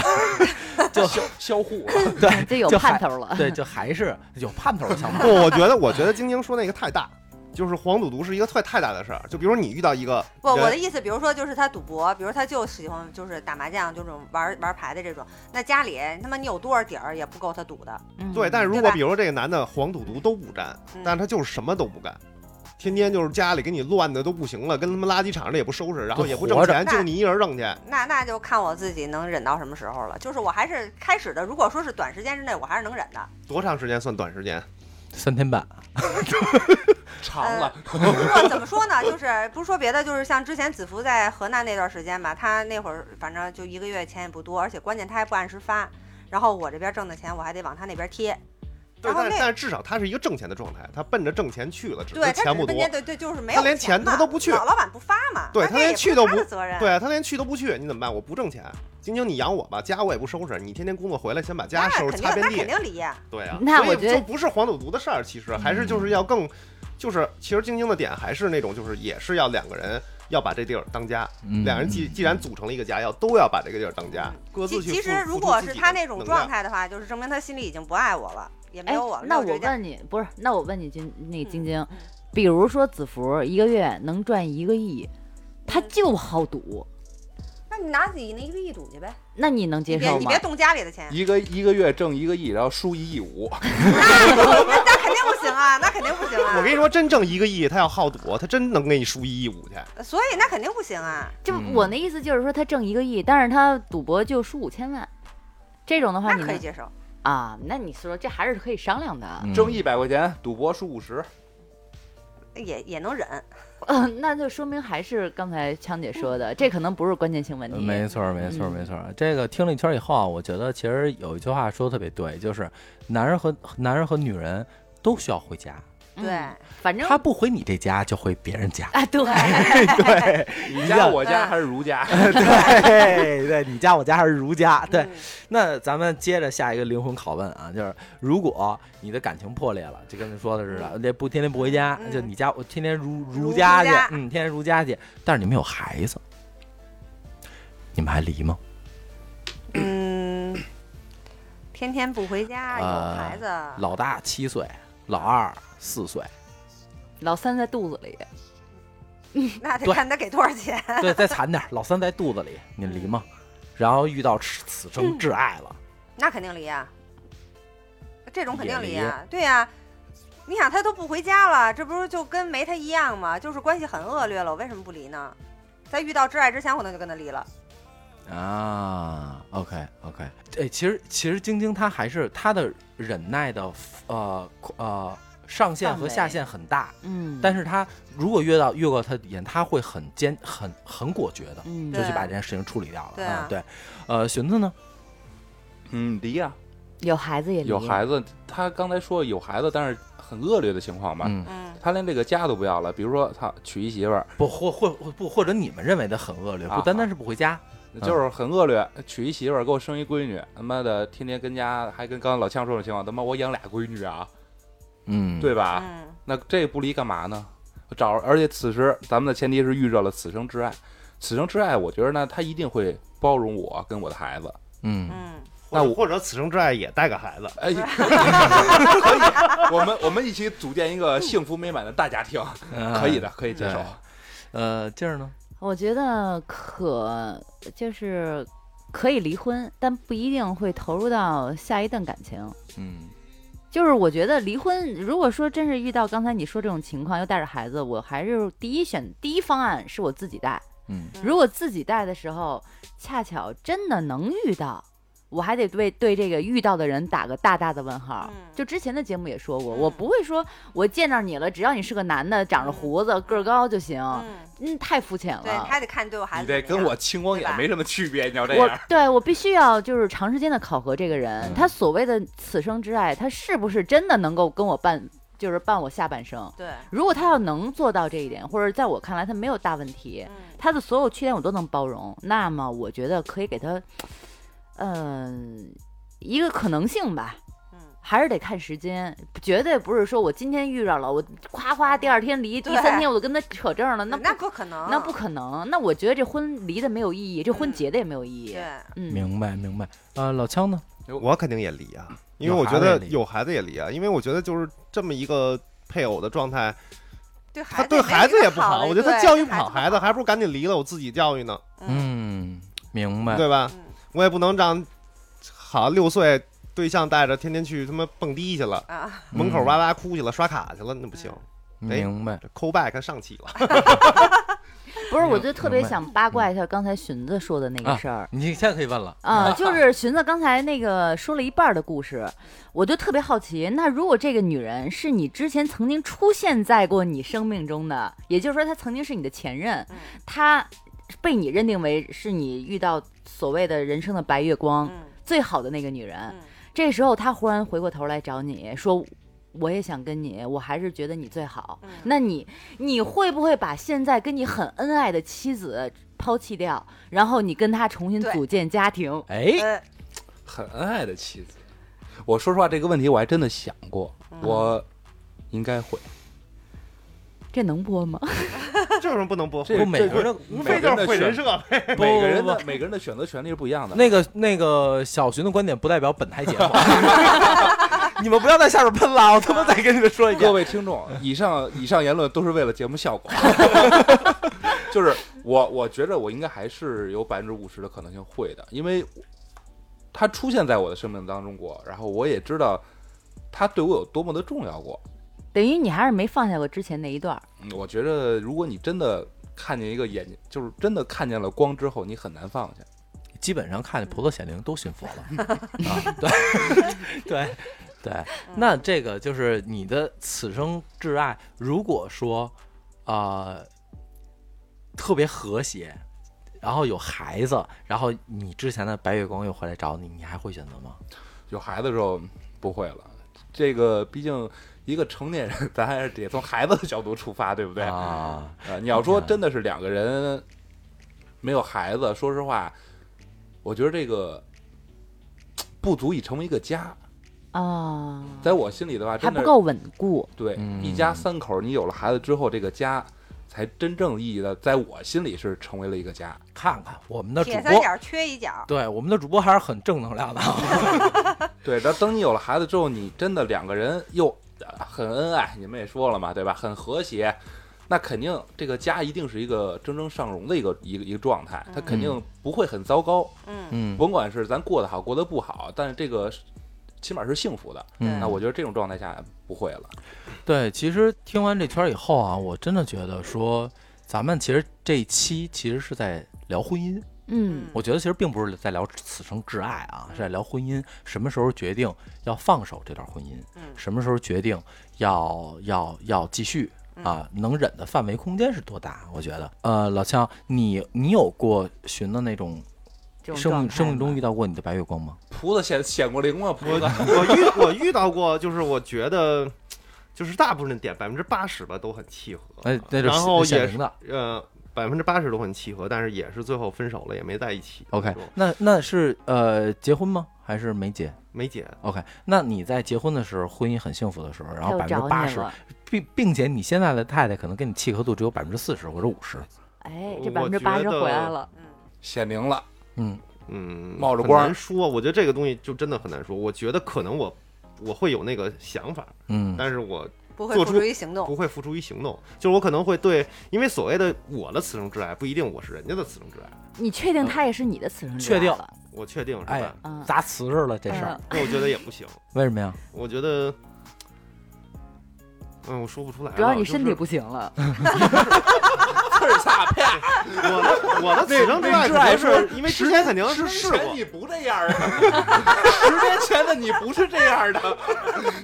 就销销 *laughs* 户，
对
这有
就
盼
还
头了。
对，就还是有盼头的
*laughs*
想法
不，。我觉得，我觉得晶晶说那个太大，就是黄赌毒是一个太太大的事儿。就比如你遇到一个
不，我的
人
意思，比如说就是他赌博，比如他就喜欢就是打麻将，就是玩玩牌的这种。那家里他妈你有多少底儿也不够他赌的。
嗯
*laughs* 对，但是如
对
果
吧
比如说这个男的黄赌毒都不沾，
嗯
但是他就是什么都不干。天天就是家里给你乱的都不行了，跟他们垃圾场似的也不收拾，然后
就
也不
活
挣
着
钱，
那
就你一人挣去。
那那就看我自己能忍到什么时候了。就是我还是开始的，如果说是短时间之内，我还是能忍的。
多长时间算短时间？
三天半，
长了， *laughs*
不过怎么说呢，就是不是说别的，就是像之前子福在河南那段时间吧，他那会儿反正就一个月钱也不多，而且关键他还不按时发。然后我这边挣的钱，我还得往他那边贴。
对，
然后
但
那
但是至少他是一个挣钱的状态，他奔着挣钱去了，只
对，
是
他只
钱
是
不
奔
多。
间对对，就是没有
他连钱
嘛
他都不去
老老板不发嘛，
对
那
他
这
连
也
去
是
都
他
不
的责任，
对他连去都不去，你怎么办？我不挣钱，晶晶你养我吧，家我也不收拾，你天天工作回来先把
那
家收
肯定
拾擦
那
遍地
肯。定离呀。
对啊，
那
所以
我觉得
就不是黄赌毒的事儿，其实还是就是
嗯
要更，就是其实晶晶的点还是那种，就是也是要两个人要把这地儿当家，
嗯
两人既既然组成了一个家，要都要把这个地儿当家，各
嗯其
自去付。
其实如
付出
果
自
是
己
他
的
那种
能
状
量，
态的话，就是证明他心里已经不爱我了，也没
哎
有我了。
那
就
我
是这样，
问你，不是？那我问你，晶那个晶晶
嗯，
比如说子福一个月能赚一个亿，他
嗯
就好赌，
那你拿自己那一个亿赌去呗，
那你能
你
接
别
受
你
吗
嗯
别？动家里的钱，
一个一个月挣一个亿，然后输一亿五，
那那肯定不行啊，那肯定不行
我
啊。
跟你说，真挣一个亿，他要好赌，他真能给你输一亿五去。
所以那肯定不行啊，
就
嗯
我那意思就是说，他挣一个亿，但是他赌博就输五千万，这种的话
那
你
可以
能
接受。
啊？那你说这还是可以商量的。
*laughs*
嗯
挣一百块钱，赌博输五十，
也也能忍，
呃，那就说明还是刚才枪姐说的，这可能不是关键性问题。
没错儿，没错儿，
嗯
没错儿。这个听了一圈以后啊，我觉得其实有一句话说的特别对，就是男人和男人和女人都需要回家，
嗯
对，
反正。
他不回你这家，就回别人家
啊，
*laughs*
对，
对
你
一
家
样
我家还是儒 *laughs* 家，
*laughs* 对对，你家我家还是如家。对，
嗯
那咱们接着下一个灵魂拷问啊，就是如果你的感情破裂了，就跟你说的似的，这不天天不回家，
嗯
就你家我天天如
如
如家去
家，
嗯，天天如家去，但是你们有孩子，你们还离吗？
嗯，天天不回家，有
呃
啊
孩子，
老大七岁，老二
*laughs*
四岁，
老三在肚子里，
那得
对
看他给多少钱。
对，再惨点儿，老三在肚子里，你离吗？然后遇到此此生挚爱了，
那肯定离啊，这种肯定
也
啊，对呀、你想他都不回家了，这不是就跟没他一样吗？就是关系很恶劣了，我为什么不离呢？在遇到挚爱之前，我可能就跟他离了。
嗯
啊，OK OK，哎，其实其实晶晶她还是她的忍耐的呃呃上限和下限很大，
嗯，
但是她如果越到越过她底线，她会很坚很很果决的，
嗯，
就
对
去把这件事情处理掉了。
对
啊
啊
对，呃，寻思呢，
嗯，离呀、
有孩子也离
有孩子，他刚才说有孩子，但是很恶劣的情况吧。
嗯，
啊
嗯，
他连这个家都不要了，比如说他娶一媳妇儿，
不或或或不或者你们认为的很恶劣，
啊
不单单是不回家，
就是很恶劣，娶一媳妇儿给我生一闺女，他妈的天天跟家还跟刚刚老呛说的情况，他妈我养俩闺女啊，
嗯，
对吧？
嗯
那这不离干嘛呢？找，而且此时咱们的前提是遇着了此生挚爱，此生挚爱，我觉得呢，他一定会包容我跟我的孩子。
嗯，
嗯，
那我
或者此生挚爱也带个孩子，
*laughs* 哎，可以，我们我们一起组建一个幸福美满的大家庭，
嗯
嗯
可以的，可以接受
对。呃，劲儿呢？
我觉得可就是可以离婚，但不一定会投入到下一段感情。
嗯
就是我觉得离婚，如果说真是遇到刚才你说这种情况，又带着孩子，我还是第一选第一方案是我自己带。
嗯
嗯
如果自己带的时候，恰巧真的能遇到，我还得为对这个遇到的人打个大大的问号
嗯。
就之前的节目也说过，
嗯
我不会说我见着你了，只要你是个男的，长着胡子，个儿高就行。
啊
嗯，
嗯，太肤浅了。
对，他得看对我孩
你
子
这
怎么样。
跟我青光眼没什么区别，你要这
我
样。
对我必须要就是长时间的考核这个人，
嗯
他所谓的此生之爱，他是不是真的能够跟我伴，就是伴我下半生？
对，
如果他要能做到这一点，或者在我看来他没有大问题，
嗯
他的所有缺点我都能包容，那么我觉得可以给他，嗯、一个可能性吧。
嗯，
还是得看时间，绝对不是说我今天遇着了，我夸夸第二天离，第
对
三天我就跟他扯证了，那不
那不可能，
那不可能。那我觉得这婚离的没有意义，这婚
嗯
结的也没有意义。
对，
嗯，
明白明白。呃，老枪呢？
我肯定也离啊，因为
有
我
孩
觉
子
得
也离
有孩子也离啊，因为我觉得就是这么一个配偶的状态，
对孩
他
子
对孩子也不好，我觉得他教育不好
孩
孩子，还不如赶紧离了，我自己教育呢，
嗯
嗯，明白。
对吧？
嗯
我也不能让好六岁对象带着天天去他妈蹦迪去了，
啊，
门口哇哇哭去了，刷卡去了，那不行
嗯。
明白。
这 call back 上气了，
不是，
明
我就特别
明白嗯啊
想八卦一下刚才荀子说的那个事儿。
你现在可以问了。
啊、就是荀子刚才那个说了一半儿的故事，我就特别好奇，那如果这个女人是你之前曾经出现在过你生命中的，也就是说她曾经是你的前任，
嗯
她被你认定为是你遇到所谓的人生的白月光，
嗯
最好的那个女人，
嗯
这时候她忽然回过头来找你说。我也想跟你，我还是觉得你最好。
嗯
那你你会不会把现在跟你很恩爱的妻子抛弃掉，然后你跟她重新
对
组建家庭？
哎，
呃
很恩爱的妻子。我说实话，这个问题我还真的想过，
嗯
我应该
*laughs*
会。
这能播吗？ *laughs*
这有什么不能播？
这
不每个人的
无非就是毁人设呗。
不
每个人
不
的每个人的选择权利是不一样的。
那个那个小寻的观点不代表本台节目， *laughs* 你们不要在下边喷了，我他妈再跟你们说一
各
遍。
位听众， *laughs* 以上以上言论都是为了节目效果。 *laughs* 就是我，我觉着我应该还是有百分之五十的可能性会的，因为他出现在我的生命当中过，然后我也知道他对我有多么的重要过。
等于你还是没放下过之前那一段儿。
嗯我觉着，如果你真的看见一个眼睛，就是真的看见了光之后，你很难放下。
基本上
嗯
看见菩萨显灵都信佛
*laughs*
了啊，对 *laughs* 对对，
嗯
那这个就是你的此生挚爱。如果说啊、呃特别和谐，然后有孩子，然后你之前的白月光又回来找你，你还会选择吗？
有孩子的时候不会了，这个毕竟一个成年人，咱还是得从孩子的角度出发，对不对？
啊，
呃，你要说真的是两个人没有孩子，说实话，我觉得这个不足以成为一个家。
啊，
在我心里的话，
还
真的
不够稳固。
对、
嗯
一家三口，你有了孩子之后，这个家才真正意义的，在我心里是成为了一个家。
看看我们的主
铁三
播，
角缺一角，
对我们的主播还是很正能量的啊。 *laughs*
对，然后等你有了孩子之后，你真的两个人又呃很恩爱，你们也说了嘛，对吧？很和谐，那肯定这个家一定是一个蒸蒸上荣的一个一个一个状态，它肯定不会很糟糕。
嗯
嗯
甭管是咱过得好过得不好，但是这个是起码是幸福的。
嗯
那我觉得这种状态下不会了。
对，其实听完这圈儿以后啊，我真的觉得说，咱们其实这一期其实是在聊婚姻，
嗯
我觉得其实并不是在聊此生挚爱啊，是在聊婚姻，什么时候决定要放手这段婚姻，
嗯
什么时候决定要要要继续
嗯
啊，能忍的范围空间是多大？我觉得，呃，老枪，你你有过寻的那种
这种
生
状
命
态
生命中
嘛
遇到过你的白月光吗？
菩萨显显过灵吗？菩萨，
我遇 *laughs* 我遇到过，就是我觉得，就是大部分点百分之八十吧都很契合，
哎，那就是
呃然后
显
也
灵的。
呃百分之八十都很契合，但是也是最后分手了，也没在一起。
OK，
就
那那是呃结婚吗？还是没结
没结，
？OK，那你在结婚的时候，婚姻很幸福的时候，然后
又
百分
找
之
你
八十，
了
并并且你现在的太太可能跟你契合度只有百分之四十或者五十，
哎，这
我
百分之
觉
八十
得
回来了，
嗯
显灵了， *laughs*
嗯，
嗯，
冒着
很
光儿
难说。我觉得这个东西就真的很难说。我觉得可能我我会有那个想法，
嗯，
但是我
不会
做
付
出
诸于行动，
不会付诸于行动。就是我可能会对，因为所谓的我的此生挚爱，不一定我是人家的此生挚爱。
你确定
嗯
他也是你的此生挚
确
爱
定
了？
我确定是
哎
吧？
嗯，
*laughs* 砸瓷实了这事儿
嗯，
那、我觉得也不行。
为什么呀？
我觉得，嗯，我说不出来了。
主要你身
就
体
是
不行
*laughs*
了，
刺儿擦啪，
我的我的此生之爱
那那
肯定啊是因为之前肯定
十
是试
年
过
前，你不这样啊，十年前的你不是这样的，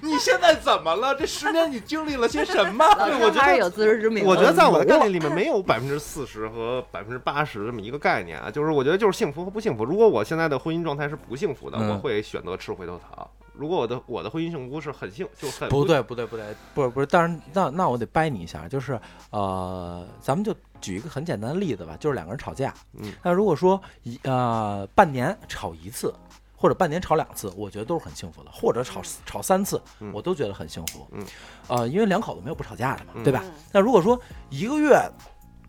你现在怎么了？这十年你经历了些什么？
老
我
师
觉得
还是有自知之明的。
我觉得在我的概念里面没有百分之四十和百分之八十这么一个概念啊，就是我觉得就是幸福和不幸福。如果我现在的婚姻状态是不幸福的，
嗯
我会选择吃回头草。如果我的我的婚姻幸福是很幸就很
不，对不对不对，不是不是，当然那那我得掰你一下，就是呃，咱们就举一个很简单的例子吧，就是两个人吵架，
嗯，
那如果说一呃半年吵一次，或者半年吵两次，我觉得都是很幸福的，或者吵吵三次
嗯，
我都觉得很幸福，
嗯，
呃，因为两口子没有不吵架的嘛，
嗯
对吧？
嗯
那如果说一个月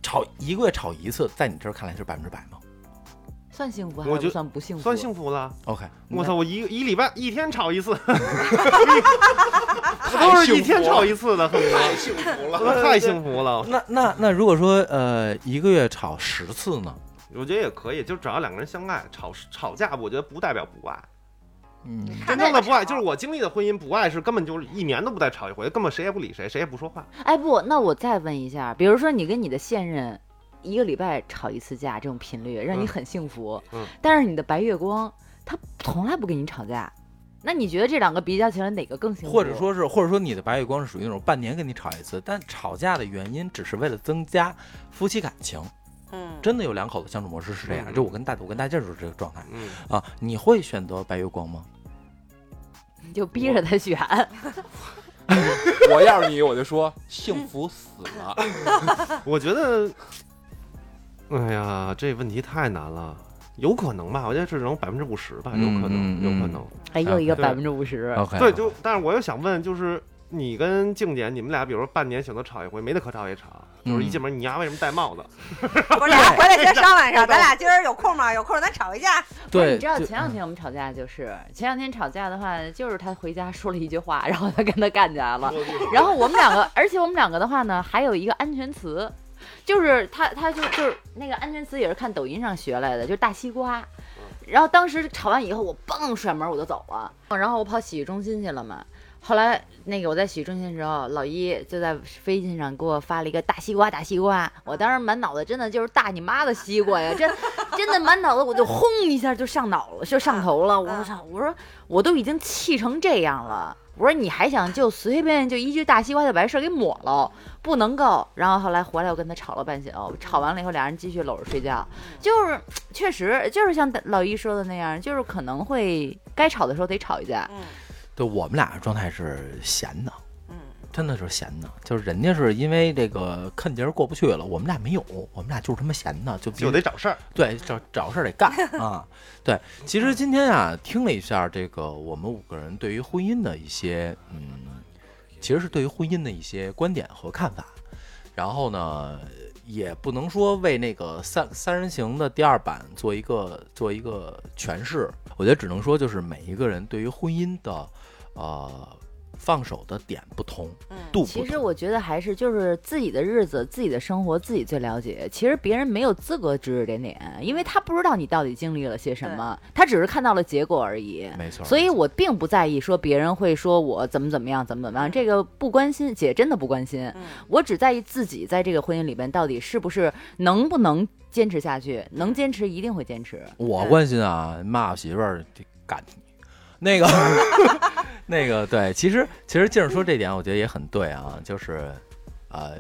吵一个月吵一次，在你这儿看来是百分之百吗
算幸福还
我
是
觉
不算不幸福？啊
算幸福了。
？OK，
我操，我一一礼拜一天吵一次，
太
*laughs* 都是
幸
一天
福
吵
了
一次的，很
太幸福了。
*laughs* 太幸福了。
那。那那那如果说呃一个月吵十次呢？
我觉得也可以，就只要两个人相爱，吵吵架，我觉得不代表不爱。
嗯
你看
真
那
正的
个
不爱，
吵
就是我经历的婚姻不爱是根本就是一年都不带吵一回，根本谁也不理谁，谁也不说话。
哎不，那我再问一下，比如说你跟你的现任一个礼拜吵一次架，这种频率让你
嗯
很幸福，
嗯
但是你的白月光他从来不跟你吵架，那你觉得这两个比较起来哪个更幸福？
或者说是，或者说你的白月光是属于那种半年跟你吵一次，但吵架的原因只是为了增加夫妻感情。
嗯，
真的有两口子相处模式是这样，
嗯
就我跟大我跟大劲儿就是这个状态
嗯，
啊。你会选择白月光吗？
你就逼着他选，
我要是你，我就说幸福死了。
我觉得，哎呀，这问题太难了。有可能吧，我觉得只能百分之五十吧，有可
嗯
能，
嗯哎
有可能。
哎又一个
对
百分之五十，
OK，
对，就但是我又想问，就是你跟静姐，你们俩比如说半年选择吵一回，没得可吵也吵，就是一
嗯
进门你丫为什么戴 *laughs* 帽子？
不是，咱回来先商
*laughs*
量一下，咱俩今儿有空吗？有空咱吵一架。
不是
对，
你知道
就嗯
前两天我们吵架就是，前两天吵架的话，就是他回家说了一句话，然后他跟他干起来了，然后我们两个，而且我们两个的话呢，还有一个安全词，就是他他就就是那个安全词也是看抖音上学来的，就是大西瓜。然后当时吵完以后，我嘣甩门我就走了，然后我跑洗浴中心去了嘛。后来那个我在洗浴中心的时候，老一就在微信上给我发了一个大西瓜，大西瓜。我当时满脑子真的就是大你妈的西瓜呀，真 *laughs* 真的满脑子我就轰一下就上脑了，就上头了。我说操，我说我都已经气成这样了，我说你还想就随随便便就一句大西瓜就把这事儿给抹了，不能够。然后后来回来我跟他吵了半宿，吵完了以后俩人继续搂着睡觉，就是确实就是像老一说的那样，就是可能会该吵的时候得吵一架。
嗯
对我们俩状态是闲的，
嗯
真的就是闲的，就是人家是因为这个坎节儿过不去了，我们俩没有，我们俩就是他妈闲的，就必须
就得找事儿。
对，找找事儿得
*laughs*
干啊。对，其实今天啊，听了一下这个我们五个人对于婚姻的一些，嗯，其实是对于婚姻的一些观点和看法。然后呢，也不能说为那个三三人行的第二版做一个做一个诠释，我觉得只能说就是每一个人对于婚姻的，呃，放手的点不同。
嗯
度不
其实
同
我觉得还是就是自己的日子、自己的生活自己最了解。其实别人没有资格指指点点，因为他不知道你到底经历了些什么，他只是看到了结果而已。
没错，
所以我并不在意说别人会说我怎么怎么样、怎么怎么样，这个不关心，姐真的不关心。
嗯，
我只在意自己在这个婚姻里边到底是不是能不能坚持下去，能坚持一定会坚持。
我
嗯
关心啊，骂我媳妇儿得干你。
*laughs*
那个，那个，对，其实其实静儿说这点，我觉得也很对啊，就是，呃，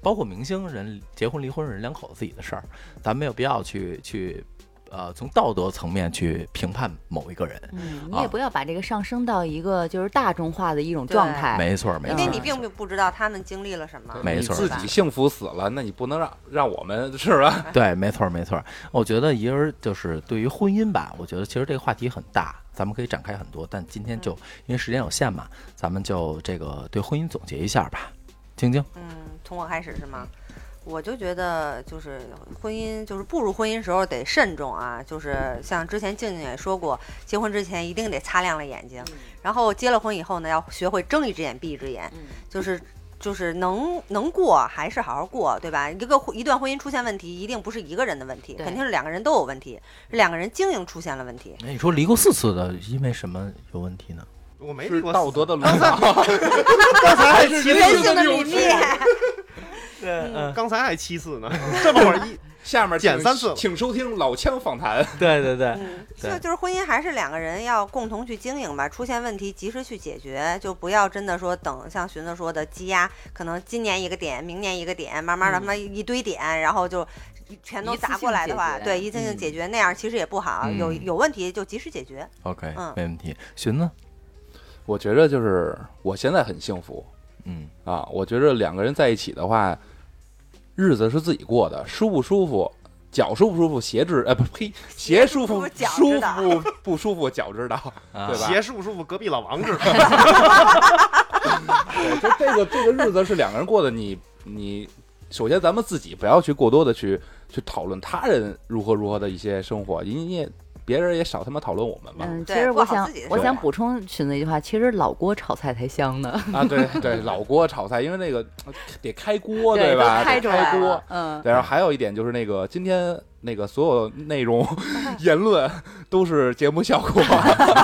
包括明星人结婚离婚是人两口子自己的事儿，咱没有必要去去，呃，从道德层面去评判某一个人。
嗯，你
啊
也不要把这个上升到一个就是大众化的一种状
对
态。
没错儿，没
哎因
错
为
儿，
你并不知道他们经历了什么。
没错
你自己幸福死了，那你不能让让我们是吧？
对，没错儿，没错儿。我觉得一个人就是对于婚姻吧，我觉得其实这个话题很大，咱们可以展开很多，但今天
嗯
就因为时间有限嘛，咱们就这个对婚姻总结一下吧。晶晶，
嗯，从我开始是吗？我就觉得，就是婚姻，就是步入婚姻时候得慎重啊。就是像之前静静也说过，结婚之前一定得擦亮了眼睛，
嗯
然后结了婚以后呢，要学会睁一只眼闭一只眼，
嗯
就是就是能能过还是好好过，对吧？一个婚一段婚姻出现问题，一定不是一个人的问题，
对
肯定是两个人都有问题，是两个人经营出现了问题。
哎，你说离过四次的，因为什么有问题呢？
我没
是
离过
道
四
德的沦丧。
*laughs* 刚才还是
人性的泯灭，
嗯，
刚才还七次呢，这么会儿一
下面
减
请
三次
请收听老枪访谈。
对对对，
*laughs* 嗯，
对
就就是婚姻还是两个人要共同去经营吧，出现问题及时去解决，就不要真的说等像寻子说的积压，可能今年一个点，明年一个点，慢慢的
嗯
他妈一堆点，然后就全都
一次
砸
性
过来的话，
解决嗯
对，一次性解决、那样其实也不好，
嗯
有有问题就及时解决。
OK，
嗯
没问题。寻呢？
我觉着就是我现在很幸福
嗯，
啊，我觉着两个人在一起的话，日子是自己过的，舒不舒服，脚舒不舒服，鞋知呃不呸，鞋舒服
鞋舒
舒
服脚
服不舒服脚知道，
啊
对吧？
鞋舒不舒服？隔壁老王知道。
*laughs* 对，就这个这个日子是两个人过的，你你首先咱们自己不要去过多的去去讨论他人如何如何的一些生活，你也别人也少他妈讨论我们嘛。
嗯，其
对
实
过
我
好
想
自己的
我
生
想
活
补充寻子一句话，其实老锅炒菜才香呢，
啊，对对，老锅炒菜，因为那个呃得开锅
对都
吧？
开
得
出
开
来
锅
了，。嗯，
对然后还有一点就是那个今天那个所有内容言论都是节目效果， *laughs*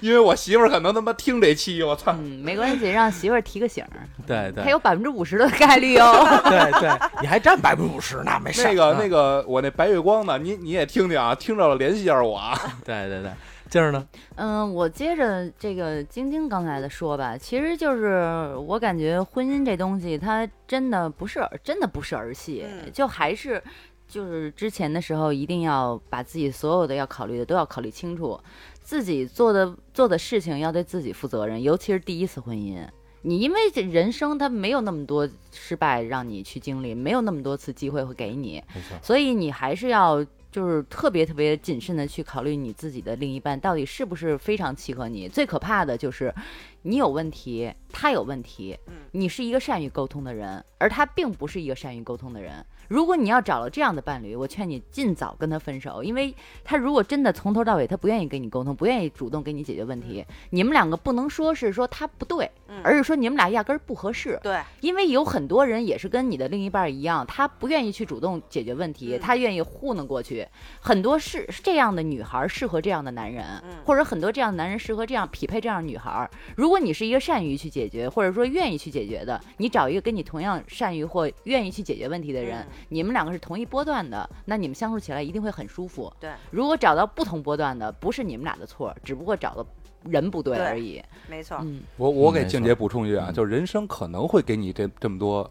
因为我媳妇儿可能他妈听这期，我操，
嗯，没关系，让媳妇儿提个醒儿，
对对
还有百分之五十的概率哦。
对对， *laughs* 你还占百分之五十呢，没事儿。
那个
啊
那个我那白月光呢，你你也听听啊，听着了联系一下我啊。
对对对，静儿呢？
嗯，我接着这个晶晶刚才的说吧，其实就是我感觉婚姻这东西，它真的不是真的不是儿戏，
嗯
就还是就是之前的时候，一定要把自己所有的要考虑的都要考虑清楚，自己做的做的事情要对自己负责任，尤其是第一次婚姻。你因为这人生它没有那么多失败让你去经历，没有那么多次机会会给你，
没错，
所以你还是要就是特别特别谨慎的去考虑你自己的另一半到底是不是非常契合你。最可怕的就是你有问题，他有问题
嗯，
你是一个善于沟通的人，而他并不是一个善于沟通的人。如果你要找了这样的伴侣，我劝你尽早跟他分手，因为他如果真的从头到尾他不愿意跟你沟通，不愿意主动给你解决问题，你们两个不能说是说他不对，
嗯，
而是说你们俩压根儿不合适。
对，
因为有很多人也是跟你的另一半一样，他不愿意去主动解决问题，
嗯
他愿意糊弄过去。很多是这样的女孩儿适合这样的男人，
嗯
或者很多这样的男人适合这样匹配这样的女孩儿。如果你是一个善于去解决，或者说愿意去解决的，你找一个跟你同样善于或愿意去解决问题的人，
嗯
你们两个是同一波段的，那你们相处起来一定会很舒服。
对，
如果找到不同波段的，不是你们俩的错，只不过找的人不对
对
而已。
没错，
嗯，
*laughs* 我我
嗯
给
没
静
错
姐补充一句啊，
嗯
就是人生可能会给你这这么多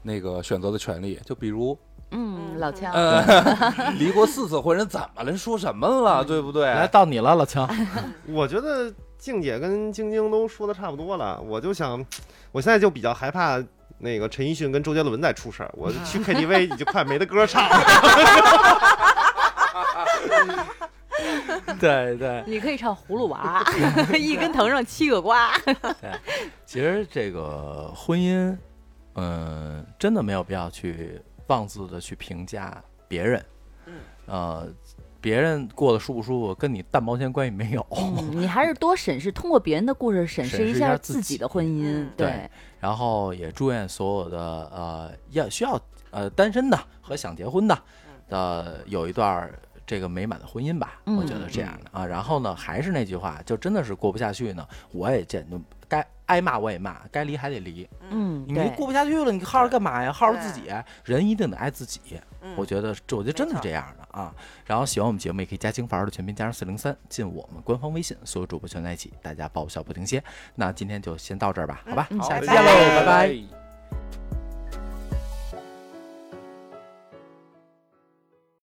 那个选择的权利，就比如
嗯，
嗯
老枪，
呃， *laughs* 离过四次婚，人怎么了？人说什么了？对不对？
来到你了，老强。
我觉得静姐跟晶晶都说的差不多了，我就想，我现在就比较害怕那个陈奕迅跟周杰伦再出事儿，我
*laughs*
去 KTV 已经快没得歌唱了。
*laughs* 对对，
你可以唱葫芦
*laughs*
娃，一根藤上七个瓜。
其实这个婚姻，嗯，真的没有必要去妄自的去评价别人。
嗯，
呃，别人过得舒不舒服，跟你半毛钱关系没有。
嗯，你还是多审视，通过别人的故事审
审
视
视一
下
下
自
自
己
己
的婚姻
嗯。
对然后也祝愿所有的呃要需要呃单身的和想结婚的呃有一段儿这个美满的婚姻吧，
嗯
我觉得这样的啊。然后呢，还是那句话，就真的是过不下去呢，我也见该挨骂我也骂，该离还得离。
嗯，
你
对
过不下去了，你耗着干嘛呀？耗着自己，人一定得爱自己。
嗯
我觉得这，我觉得真的是这样的啊。然后喜欢我们节目也可以加京范儿的全拼加上四零三，进我们官方微信，所有主播全在一起，大家爆笑不停歇。那今天就先到这儿吧，好吧，
嗯拜
下次
拜
见喽，拜拜。
拜